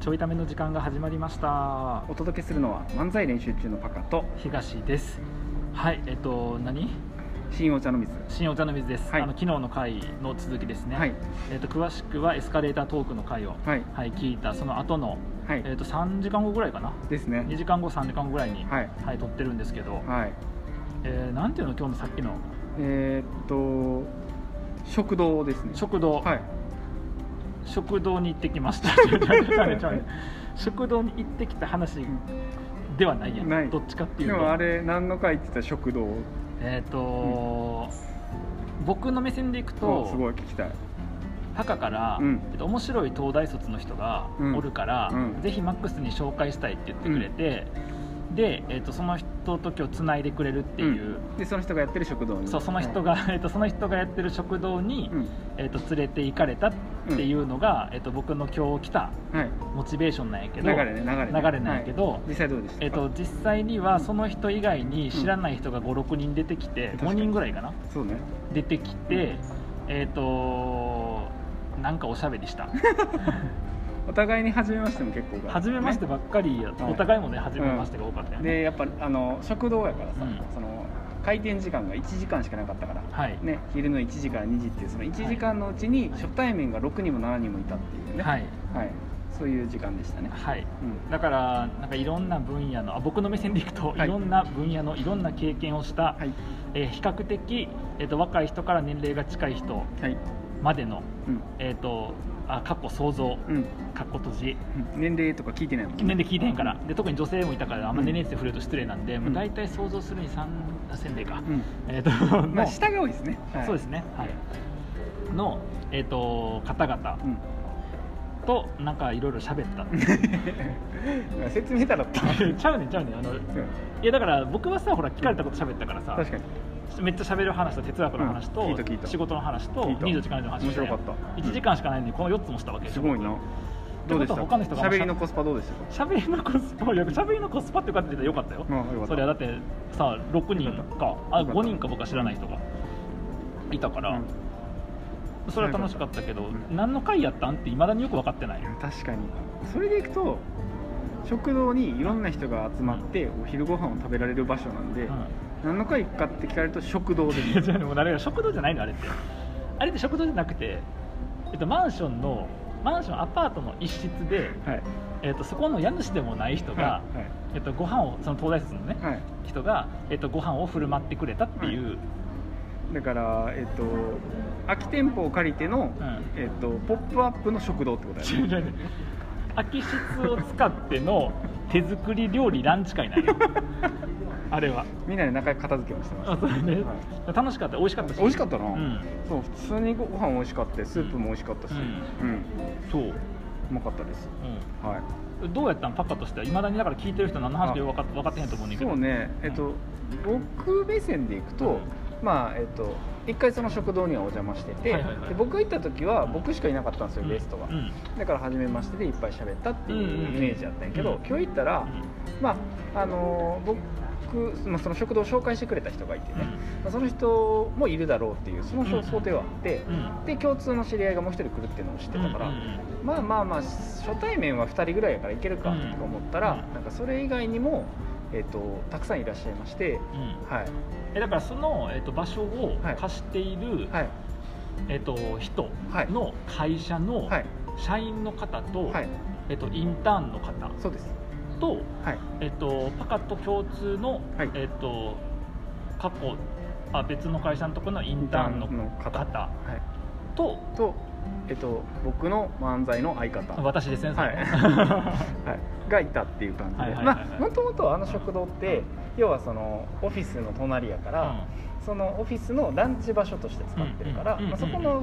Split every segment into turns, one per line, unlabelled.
ちょいための時間が始まりました
お届けするのは漫才練習中のパカと
東ですはいえっと何
新お茶の水
新お茶の水です、
はい
あの昨日の回の続きですね、
はい
えっと詳しくはエスカレータートークの回を、
はい
はい、聞いたその後の、
はい、
えっと3時間後ぐらいかな
ですね
2時間後3時間後ぐらいに、
はい
はい、撮ってるんですけど、
はい
えーなんていうの今日のさっきの
えーっと食堂ですね
食堂、
はい
食堂に行ってきました 食堂に行ってきた話ではないやん
ない
どっちかっていう
で
と
もあれ何の回って言ったら食堂
えっ、と、僕の目線でいく
を
と
すごい聞きたい
墓から、
うん
えっと、面白い東大卒の人が
うん
おるから、
うん
ぜひマックスに紹介したいって言ってくれて、で、えっと、その人と今日つないでくれるっていう、
でその人がやってる食堂に
そうその人、が、えっと、その人がやってる食堂に、
うん
えっと、連れて行かれたっていうのが、えっと、僕の今日来た
はい、
モチベーションなんやけ
流
ど
れね流れね
流れなんやけど、
はい実際どうでしたか
えっと、実際にはその人以外に知らない人が56人出てきて
確か
5
に
人ぐらいかな
そうね
出てきてえっ、となんかおしゃべりした
お互いに初めましても結構が
初めましてばっかりや、
はい
お互いもね初めましてが多かったよね、
でやっぱあの食堂やからさ、
うん
その開店時間が1時間しかなかったから、
はい、
ね、昼の1時から2時っていうその1時間のうちに
はい
初対面が6人も7人もいたっていうね、
はいい
そういう時間でしたね、
はい
うん
だからなんかいろんな分野のあ僕の目線でいくと、
はい
い、ろんな分野のいろんな経験をした、
はい
えー比較的、えー、と若い人から年齢が近い人
はい
までの、
うん
えー、とあ過去想像
うん
過去閉じ
うん年齢とか聞いてないもん
年齢聞いてへんからで特に女性もいたからあんま
うん
年齢について触れると失礼なんで、もうんう大体想像するに3千例か、
う
えーと
んまあ
の
下が多いですね、はい
そうですね、はい、の、えー、と方々
うん
となんかいろいろ喋った
説明下手だっ た、
ちゃうねんちゃうねんあのい
うん
やだから僕はさほら聞かれたこと喋ったからさ
確かに
めっちゃ喋る話と哲学の話と、
うん聞いた聞いた
仕事の話と
聞いた
2時間の話
面
して
白かった
1時間しかないのにこの4つもしたわけ
う
で
ん
し
す
ょ
ごいなどうでした
ってことは他の人が
喋りのコスパどうでしたか
喋りのコスパい や喋りのコスパっていうかって言ったらよかったよ、
うんよかった
それはだってさ6人かあ
よかった
5人か僕は知らない人がいたから、
うん
それは楽しかったけど、
うん
何の回やったんっていまだによく分かってない
いや確かにそれでいくと食堂にいろんな人が集まってお昼ご飯を食べられる場所なんで、
う
何の会かって聞かれると食堂で
ん、い
す
やじゃあでもあれが食堂じゃないのあれってあれって食堂じゃなくて、えっと、マンションのマンションアパートの一室で、
はい
えっと、そこの家主でもない人が、
はい
えっと、ご飯をその東大卒のね、
はい、はい
人が、えっと、ご飯を振る舞ってくれたっていう、
だからえっ、と空き店舗を借りての、
うん
えっとポップアップの食堂ってこと
違う 違う
やね
違う空き室を使っての手作り料理ランチ会なん よあれは
みんなで仲良く片付けをしてま
あ
し
そうね、
は
楽しかった美味しかった
た
し
美味しかったな、
うん
そう普通にご飯美味しかったスープも美味しかったし、う
うんんそう、う
うまかったですはい
ん、どうやったんパカとしてはいまだにだから聞いてる人何の話かよく分かっ分かってへんと思うねんだけど
そうねえっと、僕目線でいくと、
うん
まあえっと一回その食堂にはお邪魔してて、
はいはいはい
で僕が行った時は僕しかいなかったんですよ、
うん
ゲストが、
うん
だから初めましてでいっぱい喋ったっていうイメージだったんやけど、
うん
今日行ったら、まああのー僕、まあ、その食堂を紹介してくれた人がいてね、まあその人もいるだろうっていうその人想定はあって、
うんうん
で共通の知り合いがもう一人来るっていうのを知ってたから、
うんうんうん
まあまあまあ初対面は2人ぐらいやからいけるか
うん
とか思ったら、
うん
なんかそれ以外にも、えっとたくさんいらっしゃいまして
うん
はい
えだからその、えっと場所を
はい
貸している、
はい
えっと人
はい
の会社の
はい
社員の方と,、
はい
えっとインターンの方
そうです
と,、
はい
えっとパカと共通の、
はい
えっと過去あ別の会社のところのインターンの
インターンの方
方
は
と
いとえっと僕の漫才の相方は
私ですね、
はい
その
いがいたっていう感じで、
はいはいはいはい
まあもともとあの食堂って要はそのオフィスの隣や から、そのオフィスのランチ場所として使ってるから、
うんうん
まあ、そこの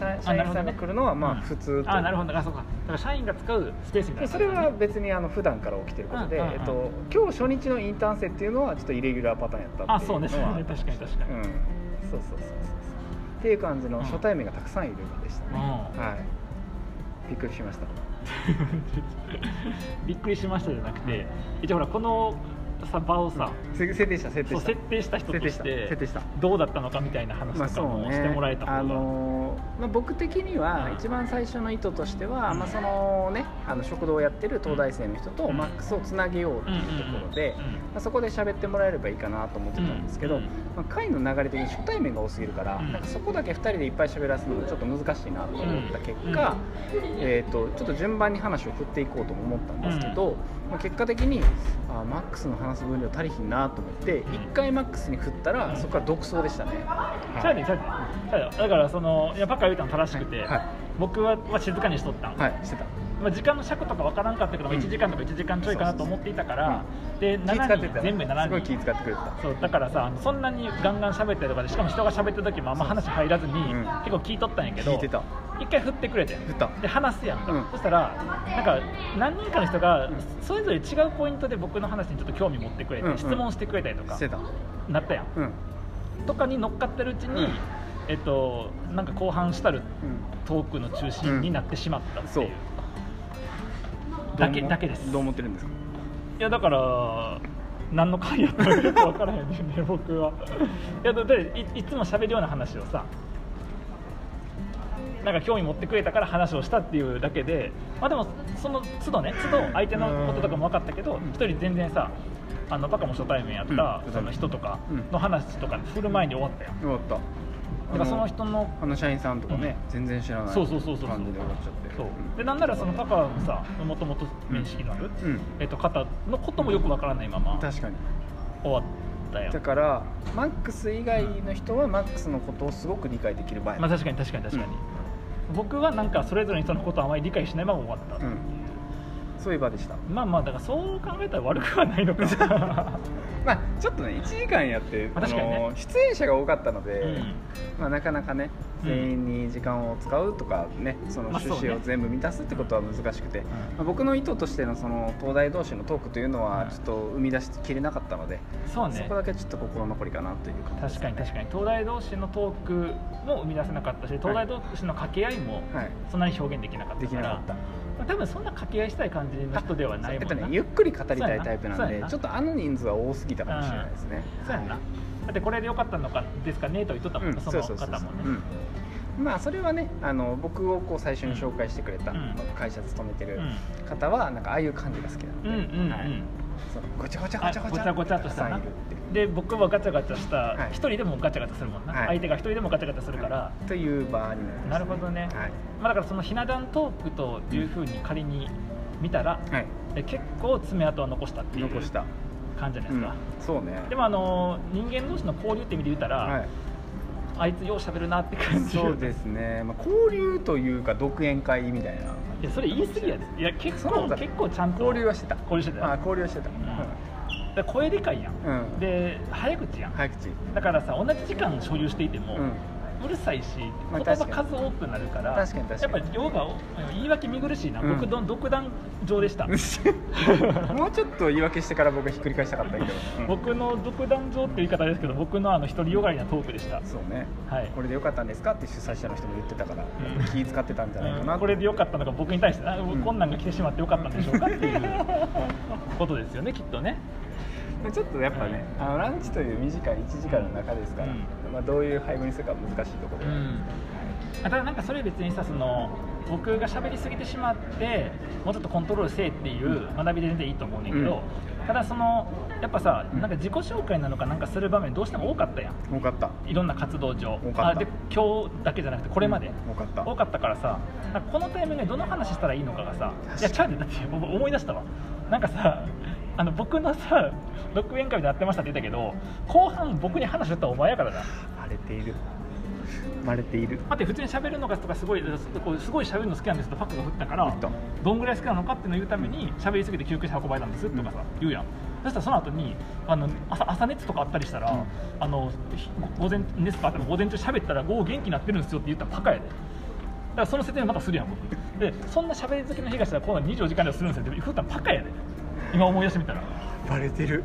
さ社員さんが来るのはまあ
うん
普通と
う、
いうんか
あなるほどだからそうかだから社員が使うスペースみたいな
でそれは別にあの普段から起きてることで、
うんうんうん
えっと、今日初日のインターン生っていうのはちょっとイレギュラーパターンやった
あ
ってい
そう
う
ねそ
の
う
は
ね確かに確かに、
うん、そうそうそうそうそうっていう感じの初対面がたくさんいる場でしたね、
うん
はいびっくりしました
びっくりしましたじゃなくて、一応ほらこのさ場をさ、
せ設定した設定
そう
した
設定した人と
設定
し
した
て
設定した
どうだったのかみたいな話とかもしてもらえた方が、
あのまあ、僕的には一番最初の意図としては、まあ、そのねあの食堂をやってる東大生の人と
うん
マックスをつなげようっていうところで、まあ、そこで喋ってもらえればいいかなと思ってたんですけど、まあ、会の流れ的に初対面が多すぎるから、
うん
なんかそこだけ2人でいっぱい喋らすのがちょっと難しいなと思った結果、えー、とちょっと順番に話を振っていこうとも思ったんですけど、まあ、結果的にあーマックスの話す分量足りひんなと思って1回マックスに振ったらそこから独走でしたね。
そうやねんそうやねんそうやねんだからそのいやパッカー言うたの正しくて、
はい
僕はは静かにしとったん、
はい、してた。
まあ、時間の尺とかわからんかったけど、
うん
1時間とか1時間ちょいかなと思っていたから、で
気使って
7人
た。
全部
すご
7
い気
人
使ってくれてた。
そうだからさそんなにガンガン喋ったりとかでしかも人が喋ってる時もあんま話入らずに、
ん
結構聞いとったんやけど
聞いてた。
一回振ってくれて
振った。
で話すやんか、
うん
そしたらなんか何人かの人が
うん
それぞれ違うポイントで僕の話にちょっと興味持ってくれて、
うんうん
質問してくれたりとか
してた。
なったやん
うん。うん。
とかに乗っかってるうちに、
うん
えっとなんか後半したるトークの中心になってしまったっていう、
うんそ
だけ
どうも
だけです
どう思ってるんですか。
いやだから何の回やったらよく分からへんねん ね僕はいやだっていいつも喋るような話をさなんか興味持ってくれたから話をしたっていうだけでまあでもその都度ね都度相手のこととかも分かったけど
うん
一人全然さあのバカも初対面やった、
うん
その人とか
うん
の話とか振る前に終わったよ、
よかっ
だ
た。
からその人の
あの社員さんとかね、全然知らない
そうそうそうそう
感じで終わっちゃって
そうでなんならそのパカのさもともと面識のある、
うん、
えっと、方のこともよくわからないま
う
ま
ん、確かに
終わったやん
だからマックス以外の人はマックスのことをすごく理解できる場合、
まあ、確かに確かに確かに、僕はなんかそれぞれの人のことをあまり理解しないまま終わった、
うん、そういう場でした
まあまあだからそう考えたら悪くはないのか
まあちょっとね1時間やって、
まあ確かにね
あの出演者が多かったので、
うん
まあ、なかなかね
うん
全員に時間を使うとかねその
まあそうね
趣旨を全部満たすってことは難しくて、まあ、僕の意図としてのその東大同士のトークというのは
うん
ちょっと生み出しきれなかったので、
そう
そ
ね
こだけちょっと心残りかなという感じ
確かに確かに東大同士のトークも生み出せなかったし東大同士の掛け合いも
はい
そんなに表現できなかった
でき
か
な
ら
かった
まあ多分そんな掛け合いしたい感じの人ではない
えっ
も
と
んな
ね、ゆっくり語りたいタイプな
そ
ん
うや
で
な
ちょっとあの人数は多すぎたかもしれないですね、
そうやんな
はい
だってこれでよかったのかですかねと言っとったもん
う
な、
ん、
そ
そう
の
そうそう
方もね
うんまあそれはねあの僕をこう最初に紹介してくれた、
うん
会社勤めてる
うん
方はなんかああいう感じが好きなので、
うんうんうん、
はい、そうごちゃごちゃごちゃごち
あご
ゃ
ちゃごちゃっとしたな
たくさんいるっていう
で僕はガチャガチャした
はい
一、人でもガチャガチャするもんな、
はい
相手が一人でもガチャガチャするから、
という場になります、
なるほどね
はい、
まあ、だからそのひな壇トークというふうに仮に見たら、
はい、
え結構爪痕は残したっていう
残した、
感じじゃないうです
ん
か、、
そうね
でもあのー人間同士の交流って意味で言ったら、
はい、
あいつよう喋るなって感じ
そうですね、まあ、交流というか独演会みたいない
やそれ言い過ぎやでいや結
そんなこ
構
とない
結構ちゃんと
交流はしてた
交流してたよ
あ交流はしてた、
だから声でかいやん、
うん、うん、
で早口やん、
早口
だからさ同じ時間所有していても、
うん
うるさいし
まあ
言葉
確かに
数多くなるから
確かに確かに
やっぱ量が言い訳見苦しいな、
うん
独断独断上でした
もうちょっと言い訳してから僕はひっくり返したかったけど、うん
僕の独断上っていう言い方ですけど僕のあの独りよがりなトークでした、
そうね
はい
これでよかったんですかって主催者の人も言ってたから、
ん
やっぱ気使ってたんじゃないかな、
うんこれでよかったのか僕に対してな、
ん
こんなんが来てしまってよかったんでしょうかっていう ことですよねきっとね
ちょっとやっぱね、あのランチという短い1時間の中ですから、
う
まあ、どういう配分にするかは難しいところ
う
で、はい
んただなんかそれ別にさその僕が喋りすぎてしまってもうちょっとコントロールせえっていう学びで全然いいと思うねんけど、ただそのやっぱさなんか自己紹介なのかなんかする場面どうしても多かったやん
多かった
いろんな活動上
多かった
あで今日だけじゃなくてこれまで、
多かった
多かったからさなんかこのタイミングでどの話したらいいのかがさいやちゃうねんだって僕思い出したわなんかさあの僕のさ独演会で会ってましたって言ったけど後半僕に話しとったのお前やからな
荒れている荒れている
待って普通に喋るのがとかすごいこうすごい喋るの好きなんですとパックが振ったから
と
どんぐらい好きなのかっていうのを言うために喋りすぎて救急車運ばれたんですとかさ、言うやんそしたらその後にあの朝朝熱とかあったりしたら、
うん
あのひ午前熱とかあったら午前中喋ったら午後元気になってるんですよって言ったらパカやでだからその説明またするやん僕でそんな喋り好きの東がこんな24時間でするんですよって言ったらパカやで今思い出してみたら
バレてる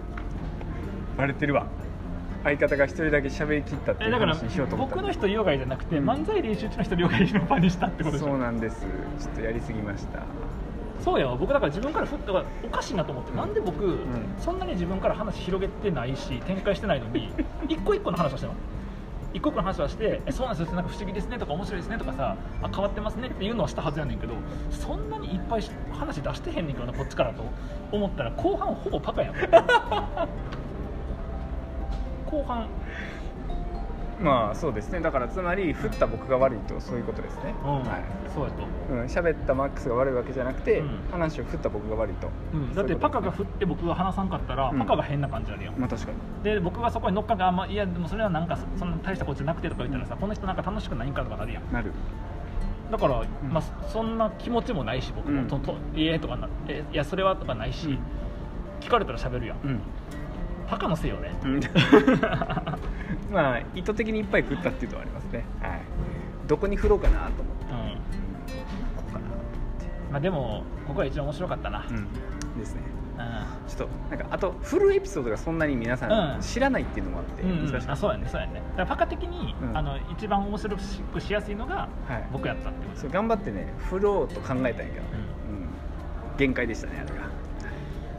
バレてるわ相方が一人だけ喋り切ったってい
え
う
だから
話にしようと思った
僕の人よがりじゃなくて、
うん
漫才練習中の人よがりの場にしたってことでしょ
そうなんですちょっとやりすぎました
そうやわ僕だから自分からふっだからおかしいなと思って、なんで僕、
ん
そんなに自分から話広げてないし展開してないのに一個一個の話をしてるの一個一個の話はして「えそうなんですよなんか不思議ですね」とか「面白いですね」とかさあ「変わってますね」っていうのはしたはずやねんけどそんなにいっぱい話出してへんねんけどなこっちからと思ったら後半ほぼパカやん 後半
まあそうですねだからつまり振った僕が悪いとそういうことですね、
うん、
はい
そうやと、
うん、喋ったマックスが悪いわけじゃなくて、
うん
話を振った僕が悪いと、
うん、だってパカが振って僕が話さんかったら、
うん
パカが変な感じあるやん
まあ確かに
で僕がそこに乗っかがあんまいやでもそれはなんかそそんな大したことじゃなくてとか言ったらさ、この人なんか楽しくないんかとかなるやん
なる
だから、
ん
まあ、そんな気持ちもないし僕も「
うん
とといえ」とかな「えいやそれは」とかないし、
うん
聞かれたら喋るやん
うん
タカのせいよね
まあ意図的にいっぱい食ったっていうのはありますねはいどこに振ろうかなと思って
うん、
ここか
まあ、でもここが一番面白かったな、
なうんですね
う
ちょっとなんかあとフルエピソードがそんなに皆さ
うんん
知らないっていうのもあって
んうん
難し
う
か
ん、
った
あそうやねそうやねだからパカ的に、
うん
あの一番面白くしやすいのが
はい
僕やったってこと
そう頑張ってね振ろうと考えたんやけど、うん限界でしたねあれが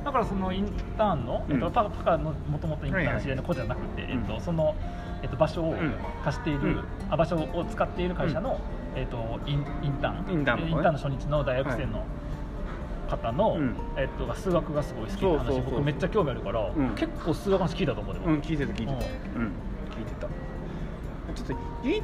だからそのインターンの、
うん
えっと、パパカのもともとインターンの知り合いの子じゃなくて、
はいは
え
い
っ
うん
と、その、えっと、場所を
ん
貸している、
うん
あ場所を使っている会社の、えっと、インインターン
インターンの子ね
の初日の大学生の方の、
うん
えっと、数学がすごい好きって話
そうそうそう
僕めっちゃ興味あるから、
うん
結構数学の話聞いたと思うでも、
うん聞いてた聞いてたうん聞いてたちょっと唯一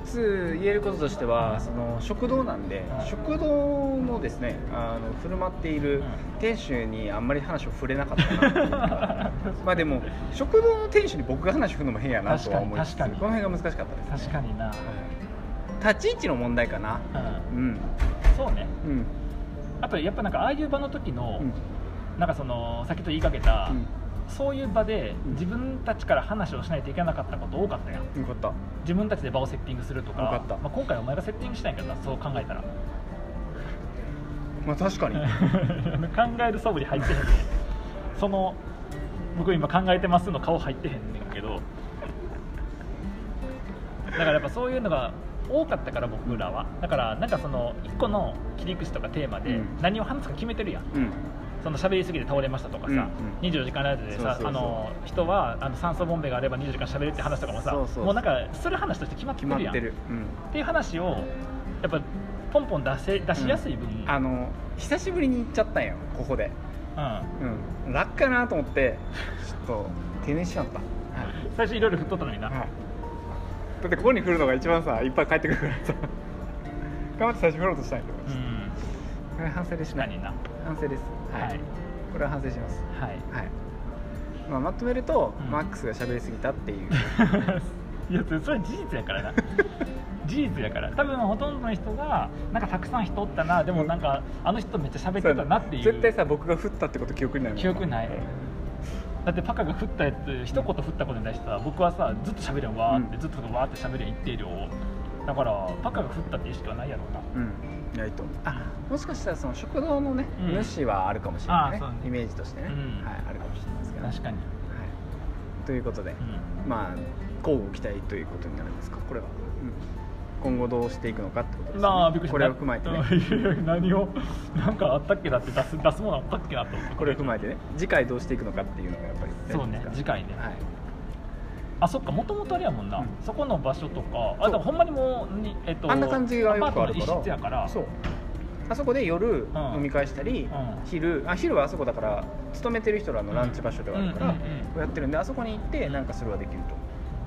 言えることとしてはその食堂なんで
はい
食堂のですねあの振る舞っている店主にあんまり話を触れなかったなってい うかまあでも食堂の店主に僕が話を振るのも変やなとは思いつつ
確
こ
か
の
に確かに
辺が難しかったです、
確かにな、
はい立ち位置の問題かな
うん、
うん
そうね
うん
あとやっぱなんかああいう場の時の、
うん
なんかそのさっきと言いかけた、
う
そういう場で
うん
自分たちから話をしないといけなかったこと多かったやん
んよかった
自分たちで場をセッティングするとか
よかった
まあ、今回お前がセッティングしたんやけどなそう考えた ら
まあ確かに
考える素振り入ってへんねんその僕今考えてますの顔入ってへんねんけどだからやっぱそういうのが多かったから僕らはだからなんかその1個の切り口とかテーマで
うん
何を話すか決めてるやん
うん
その喋りすぎて倒れましたとかさ、
うんうん
24時間ラジオで
そうそう
さ
そう
あの人はあの酸素ボンベがあれば24時間喋るって話とかもさ
そうそうそう
もうなんかする話として決まって
決ま
るや
っ
ん
てる
っていう話をやっぱポンポン出せ出しやすい分、う
うんんあの久しぶりに行っちゃったんよここでうん、楽かなと思ってちょっと定年しちゃった、はい
最初いろいろ振っとったのにな、
はい、だってここに来るのが一番さいっぱい帰ってくるからさ頑張って最初振ろうとしたんやけど、
うん
これ反省です
確か
ね
にな
反省ですはい、
はい
これは反省します
はい
はい、まあ、まとめると、
うん
マックスが喋りすぎたっていう
い やそれは事実や からな事実やから多分ほとんどの人がなんかたくさん人おったなでもなんかあの人めっちゃ喋ってたなっていう
絶対さ僕が振ったってこと記憶にないもん
記憶ないだってパカが振ったやつ一言振ったことに対してさ僕はさずっと喋りゃんわーって、
うん
ずっとわーって喋りゃ一定量をだからパカが振ったって意識はないやろうな
うんないとあもしかしたらその食堂のね、
うん
主はあるかもしれないね
あそうね
イメージとしてね、
うん
はい、あるかもしれないですけど、ね、
確かに、
はい、ということで、
うん
まあ交互期待ということになるんですかこれは、うん今後どうしていくのかってことですね、
まあびっくりした
これを踏まえ てね
ね何をなんかあったっけだって出す出すものあったっけなと思って
これを踏まえてね次回どうしていくのかっていうのがやっぱりね
そうね
です
次
か
回ね、
はい
あそっかもともとあれやもんな、
うん
そこの場所とかあでもほんまにもうに、えっと
あんな感じがよくあるか
ア
ら
パートの一室やから
そうあそこで夜
ん
飲み会したり、
うん
昼あ昼はあそこだから勤めてる人らのランチ場所ではあるから、
うんうんうんうん
こうやってるんであそこに行ってなんかするはできると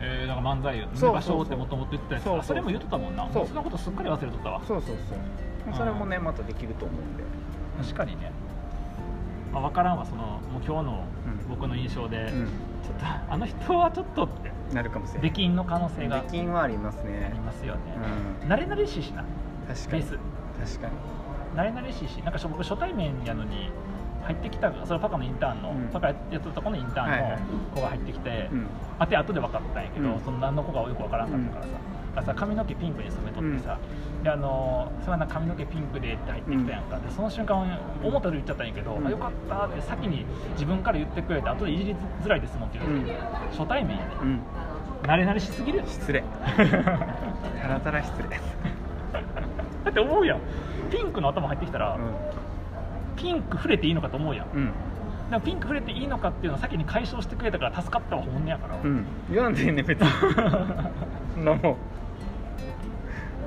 えー、なんか漫才
そうそうそう
の場所ってもともと言ってたやつ
そうそう
あそれも言ってたもんな
そう
もそのことすっかり忘れとったわ
そうそうそうそれもねまたできると思うんで
確かにね、まあ、分からんわそのもう今日の
うん
僕の印象で、
うん
ちょっとあの人はちょっとって
なるかもしれな
出
い
禁の可能性が
出禁はあります
あ
ね
りますよね、
う
慣れ慣れしいしな
確か
ベ
に
ース
確かに
慣れ慣れしいしなんかしょ僕初対面やのに入ってきたそれパカのインターンの、
うん
パカやってたとこのインタ
はいは
ーン
い
の子が入ってきて、
うん
あて後で分かったんやけど、
うん
その何の子かよく分からんかったからさ,、だからさ髪の毛ピンクに染めとってさ、であのーそれはな髪の毛ピンクでって入ってきたやんか、でその瞬間思ったより言っちゃったんやけど、
うん
あよかったって先に自分から言ってくれて後でいじりづらいですもんって言われて、
うん
初対面やで、
うん
慣れ慣れしすぎるやろ
失礼たらたら失礼
だって思うやんピンクの頭入ってきたら、ピンク触れていいのかと思うやん、
うん
でもピンク触れていいのかっていうのを先に解消してくれたから助かったわ本音やから、
うん言わんでいいね別にもんなもん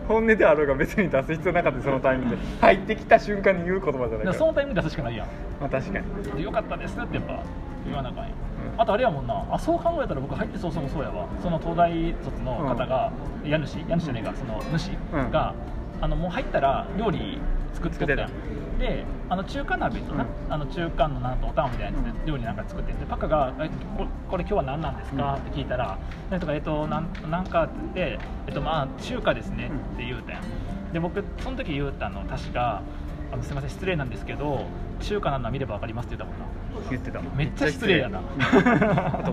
本音であろうが別に出す必要なかったそのタイミン グで入ってきた瞬間に言う言葉じゃない
ら
か
そ
ら
のタイミングで出すしかないやん
まあ確かに
でよかったですってやっぱ言わなあかんやん、
うん
あとあれやもんなあそう考えたら僕入って早々もそうやわその東大卒の方が、家主家主じゃねえかその主
うん
が、あのもう入ったら料理作ってたやん
作
であの中華鍋とな、あの中華のなんとおたんみたいなやつ
う
で料理なんか作っててパカがえ「ここれ今日は何なんですか?」って聞いたら「なんとかえっとなんなんか」って言って、えっとまあ中華ですね」って言うたやんで僕その時言うたの確かあのすみません失礼なんですけど中華なのは見ればわかりますって言ったもん な
言ってたもん
めっちゃ失礼やな
あと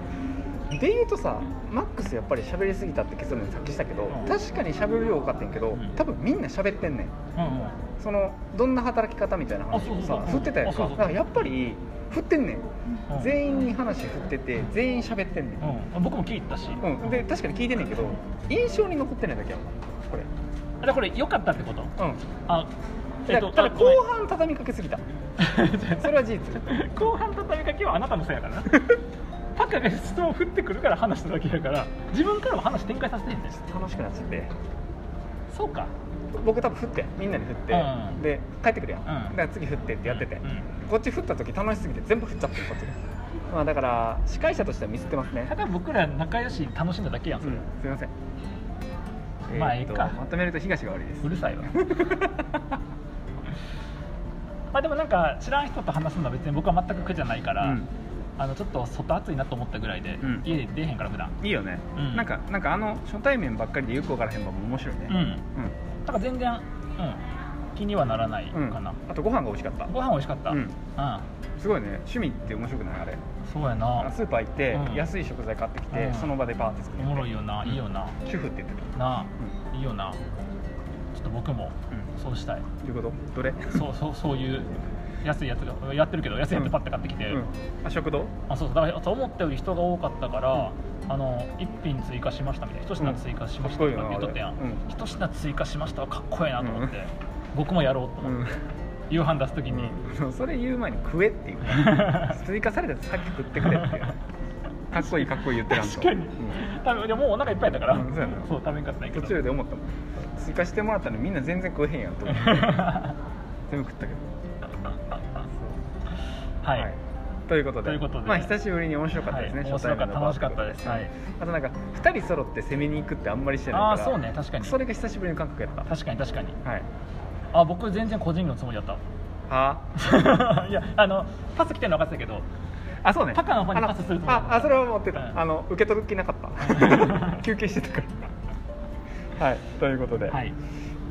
で言うとさマックスやっぱり喋りすぎたって結論でさっきしたけど、
うん
確かに喋る量多かったんやけど、
うん
多分みんな喋ってんねん
うんうん
そのどんな働き方みたいな話を
あそう
さ
そう
振ってたやんか
あそう
だ
そう
からやっぱり振ってんねん、
うん
全員に話振ってて全員喋ってんねん、
うん、僕も聞いたし、
うんで確かに聞いてんねんけど印象に残ってないだけやもんこれ
あれこれ良かったってこと
うん
あ
だからただ後半畳みかけすぎたそれは事実
半 後半畳みかけはあなたのせいやから なパカが質問を振ってくるから話しただけやから自分からも話展開させてへんねん
楽しくなっちゃって
そうか
僕多分振ってみんなに振って、
うん
で帰ってくるやん、
ん
だから次振ってってやってて、
うんうん
こっち振った時楽しすぎて全部振っちゃってるこっちがまあだから司会者としてはミスってますね
た、だ僕ら仲良しに楽しんだだけやん
う
それ、
ん、すいません
まあ
えーっと
ええか
まとめると東が悪いです
うるさ いわまあでもなんか知らん人と話すのは別に僕は全く苦じゃないから、
うん
あのちょっと外暑いなと思ったぐらいで、
うん
家で出えへんから普段
いいよね、
うん
なんかなんかあの初対面ばっかりでよくわからへんばも面白いね
うんなんか全然、うん、気にはならない
うん、うん
かな、
あとご飯が美味しかった
ご飯美味しかった、
う
うんん
すごいね趣味って面白くないあれ
そうやな
スーパー行って、
うん
安い食材買ってきて、
うん
その場でバーって作
お
る
もろいよな、
うん
いいよな
主婦って言ってた
な
う
あいいよなちょっと僕も
んうん
そうしたい
どういうことどれ
そうそうそういう安いやつがやってるけど安いやつパッて買ってきて、
うん、あ食堂
あそうそうだからそう思ったより人が多かったから、あの一品追加しましたみたいな一品追加しましたとかって言っとったやん、
うんかっこいいよなあ
一品追加しましたはかっこええなと思って、僕もやろうと思って、 夕飯出す時に、
うん、それ言う前に食えっ ていう追加されたやつさっき食ってくれっていうかっこいいかっこいい言ってらんと
確かに
うん
多分でももうお腹いっぱいだから、
うんそうやな
食べんかったんやけ
途
ど
中で思ったもん追加してもらったのにみんな全然食えへんやんと思って 全部食ったけど
はい、
ということで
ということで
まあ、久しぶりに面白かったです
は
ね、
い面
初
白
対
か
面
っ
の
た
バ
楽
ー
し
ベ
かったで
キュー
す、はい、
あとなんか2人揃って攻めに行くってあんまりしてないから
ああそうね確かに
それが久しぶりの感覚やった
確かに確かに
はい
あ僕全然個人のつもりだった
は い
やあのパス来てるの分かってたけど
あそうね
パカの方に
あ
パスすると思う
ああそれは持ってた、
うん
あの受け取る気なかった 休憩してたからはいということで、
はい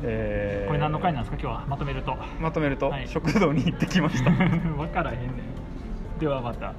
えー
これ何の回なんですか今日はまとめると
まとめると、
はい
食 堂に行ってきました
分からへんねんではまた